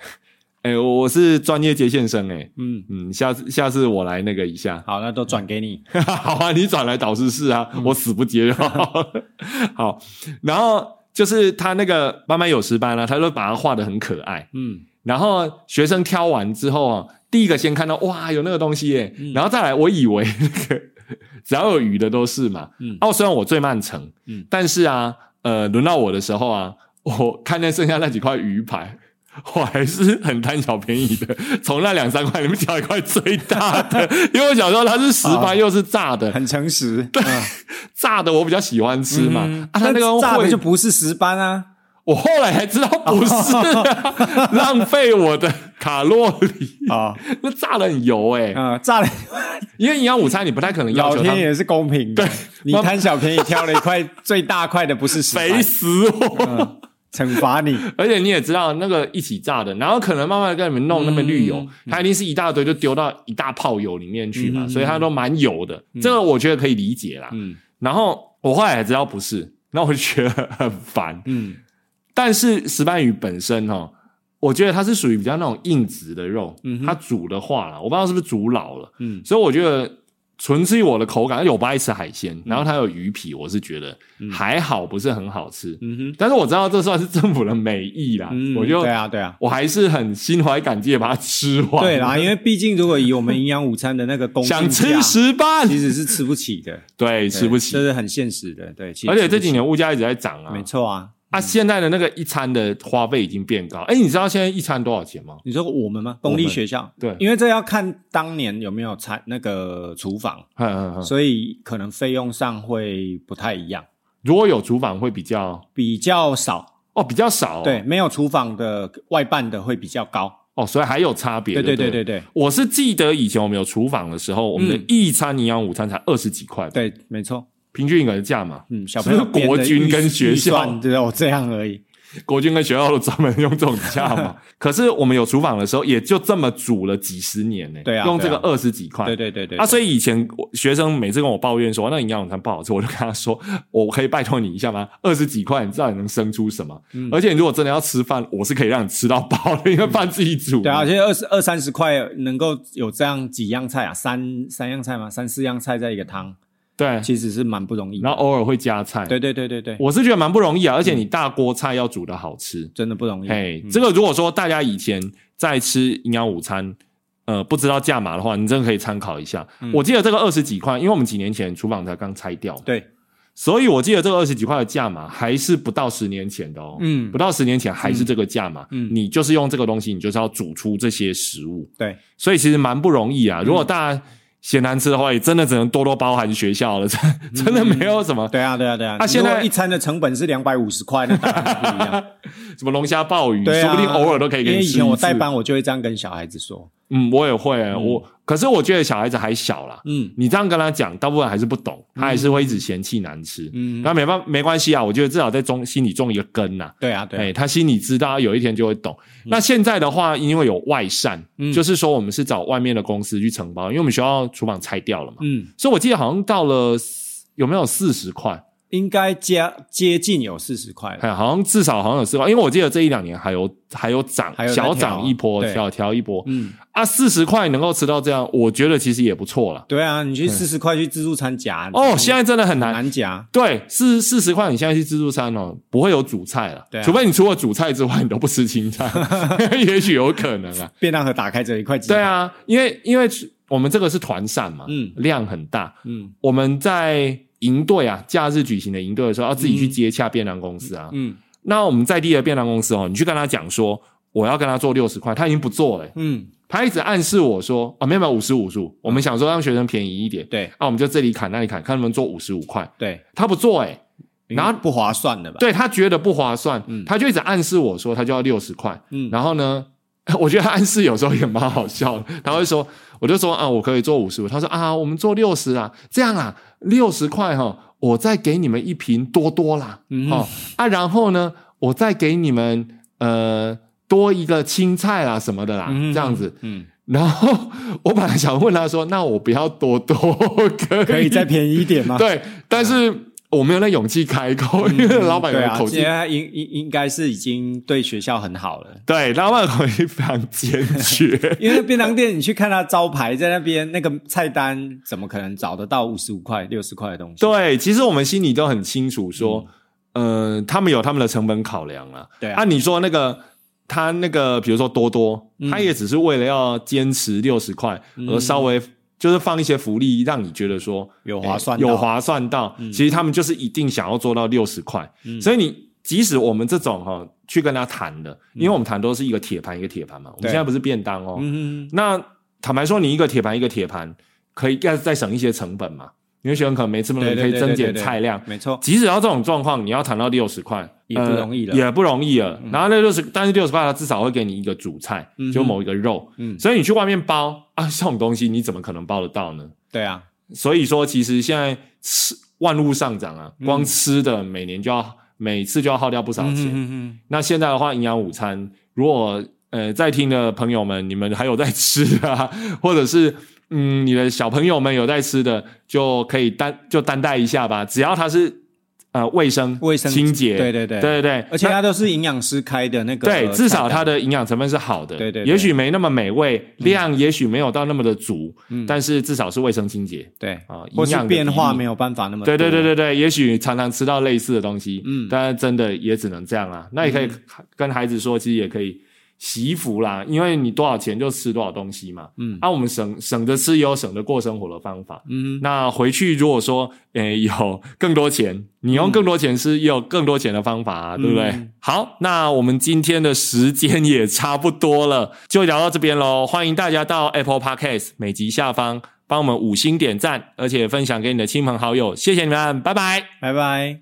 哎、我我是专业接线生哎、
嗯，
嗯，下次下次我来那个一下，
好，那都转给你。
好啊，你转来导师室啊，
嗯
我死不接就好。 好，然后就是他那个慢慢有石斑啊，他就把它画的很可爱，
嗯，
然后学生挑完之后啊，第一个先看到哇，有那个东西耶，
嗯
然后再来，我以为那个 只要有鱼的都是嘛。
嗯
哦，虽然我最慢成，
嗯
但是啊，呃，轮到我的时候啊，我看见剩下那几块鱼排。 我还是很贪小便宜的， 从那两三块里面挑一块最大的， 因为我想说它是石
啊
排又是炸 的，
很诚实。 对，
炸的我比较喜欢吃嘛。啊，它
嗯但
那个
炸的
烩
就不是石 斑啊。
我后来才知道不是、
哦
啊， 浪费我的卡路里。
啊
那 炸的很油哎、
啊，炸的
因为营养午餐你不太可能要
老
求他
天也是公平的
对，
你
妈
贪小便宜挑了一块最大块的，不是石
肥
斑，
死我，
惩罚你。
而且你也知道那个一起炸的，然后可能慢慢地跟你们弄那么绿油，它一定是一大堆就丢到一大泡油里面去嘛，所以它都蛮油的，这个我觉得可以理解啦。
嗯
然后我后来才知道不是，那我就觉得很烦。
嗯
但是石斑鱼本身哦，我觉得它是属于比较那种硬质的肉，
嗯哼
它煮的话啦，我不知道是不是煮老了，
嗯
所以我觉得纯吃我的口感，而且我不爱吃海
嗯
鲜，然后它有鱼皮，我是觉得还好，不是很好吃。
嗯哼，
但是我知道这算是政府的美意啦，
嗯
我就
对啊对啊。
我还是很心怀感激的把它吃完。
对啦，因为毕竟如果以我们营养午餐的那个公斤
想
价
吃十八，
其实是吃不起的，
对， 吃不起
这。是很现实的。对，其实
而且这几
吃
年物价一直在涨
不起
啊
没，错啊。
啊，现在的那个一餐的花费已经变高。哎，你知道现在一餐多少钱吗？
你说我们吗？公立学校
对
因为这要看当年有没有餐那个厨房，
嗯嗯嗯，
所以可能费用上会不太一样，
如果有厨房会比较
比较少。
哦，比较少哦
对，没有厨房的外办的会比较高。
哦，所以还有差别。
对
对
对对对对
我是记得以前我们有厨房的时候，我们的
嗯
一餐营养午餐才二十几块吧，
对，没错。
平均一个人价嘛。
嗯，小朋友
是不是国军跟学校
只有这样而已。
国军跟学校都专门用这种价 嘛。可是我们有厨房的时候，也就这么煮了几十年呢、
对啊
用这个
对
二十几块。
对对对对
啊，所
以
以以前我学生每次跟我抱怨说那营养午餐不好吃，我就跟他说，我可以拜托你一下吗？二十几块，你知道你能生出什么？
嗯
而且你如果真的要吃饭，我是可以让你吃到饱的，因为饭自己煮。
对啊，而且二十二三十块能够有这样几样菜啊，三三样菜嘛，三四样菜在一个汤，
对，
其实是蛮不容易的。
然后偶尔会加菜。
对嗯对对对对，
我是觉得蛮不容易啊，而且你大锅菜要煮的好吃。
真的不容易。
嘿，这个如果说大家以前在吃营养午餐，呃，不知道价码的话，你真的可以参考一下。
嗯
我记得这个二十几块，因为我们几年前厨房才刚拆掉，
对，
所以我记得这个二十几块的价码还是不到十年前的哦。
嗯
不，到十年前还是这个价码。
嗯
你就是用这个东西，你就是要煮出这些食物，
对，
所以其实蛮不容易啊。如
嗯
果大家嫌难吃的话，也真的只能多多包涵学校了，真
嗯
真的没有什么
对啊，对啊，对啊。
啊现在
如果一餐的成本是两百五十块，那当然不一 样。
什么龙虾鲍鱼，
对啊，
说不定偶尔都可以给
因
你
为
吃
以
一
前我
次
代班，我就会这样跟小孩子说，
嗯，我也会、我可是我觉得小孩子还小啦，
嗯
你这样跟他讲，大部分还是不懂，他还是会一直嫌弃难吃。
嗯，
那没办没关系啊，我觉得至少在中心里种一个根呐、
对啊，对啊
哎，他心里知道，他有一天就会懂。那现在的话，因为有外善，
嗯
就是说我们是找外面的公司去承包，因为我们学校厨房拆掉了嘛，
嗯，
所以我记得好像到了四有没有四十块，
应该接接近有四十块了。
哎，好像至少好像有四块，因为我记得这一两年还有还有涨，
还有在
小
调
涨一波，
对
小调一波。
嗯，
啊，四十块能够吃到这样，我觉得其实也不错了。
对啊，你去四十块去自助餐夹
哦，现在真的很
很
难。
嗯难夹，
对，四四十块，你现在去自助餐哦，不会有主菜了，
对啊
除非你除了主菜之外，你都不吃青 菜，也许有可能啊。
便当盒打开只有一块鸡。
对，啊，因为因为我们这个是团膳嘛，
嗯
量很大，
嗯
我们在营队啊，假日举行的营队的时候，要自己去接洽便当公司啊。
嗯
那我们在地的便当公司哦，你去跟他讲说我要跟他做六十块，他已经不做了、欸
嗯，
他一直暗示我说啊，没有没有五十五十五，我们想说让学生便宜一点，
对
啊，我们就这里砍那里砍，看能不能做五十五块，
对，
他不做哎、欸然后
不划算的吧？，
对他觉得不划算，
嗯
他就一直暗示我说他就要六十块，
嗯
然后呢， 我觉得他暗示有时候也蛮好笑的，他会说，我就说啊，我可以做五十五，他说啊，我们做六十啊，这样啊，六十块哈、我再给你们一瓶多多啦，
嗯
哦啊，然后呢，我再给你们呃多一个青菜啦什么的啦，
嗯
这样子。
嗯，
然后 我本来想问他说，那我不要多 多，可以
可以再便宜一点吗？
对，但是我没有那勇气开口，因为 老板
对
的
啊，
口
现
气，
在应应应该是已经对学校很好了。。
对，老板的口气非常坚决
因为便当店，你去看它招牌在那边，那个菜单怎么可能找得到五十五块、六十块的东西？
对，其实我们心里都很清楚说，呃，他们有他们的成本考量了。
对啊
啊，你说那个他那个，比如说多多，他也只是为了要坚持六十块而稍微。就是放一些福利，让你觉得说
有划
诶
算到嗯
有划算到。其实他们就是一定想要做到六十块，所以你即使我们这种哈、去跟他谈的，因为我们谈都是一个铁盘一个铁盘嘛，我们
嗯对
现在不是便当哦，
嗯，
那坦白说，你一个铁盘一个铁盘，可以再再省一些成本嘛？因为学生可能没这么多，
对
你嗯
对
可以
对
增
对
减
对
菜量。
没错，
即使要这种状况，你要谈到六十块
也不容易了嗯
呃也不容易了。然后那六十，但是六十块它至少会给你一个主菜，
嗯哼
就某一个肉。
嗯
所以你去外面包啊，这种东西你怎么可能包得到呢？
对啊，
所以说，其实现在吃万物上涨啊，光吃的每年就要每次就要耗掉不少
嗯
钱。
嗯
那现在的话，营养午餐，如果呃在听的朋友们，你们还有在吃啊， 或者是嗯你的小朋友们有在吃的，就可以担就担待一下吧，只要它是呃卫生、
卫生
清洁，
对对对
对对对，
而且
那
它都是营养师开的那个菜单，
对，至少它的营养成分是好的，
对对对嗯
也许没那么美味，量也许没有到那么的足，但是至少是卫生清洁。
对
啊
或
营
是
养的
变化
比例
没有办法那么
对对
多
对对对，也许常常吃到类似的东西，嗯，但真的也只能这样啦。那也可以跟孩子说，其实也可以洗衣服啦，因为你多少钱就吃多少东西嘛，嗯，那、我们省省着吃也有省着过生活的方法，嗯，那回去如果说，诶、有更多钱，你用更多钱吃，也有更多钱的方法、啊，对不对？好，那我们今天的时间也差不多了，就聊到这边喽。欢迎大家到 Apple Podcast 每集下方帮我们五星点赞，而且分享给你的亲朋好友，谢谢你们，拜拜。
拜拜。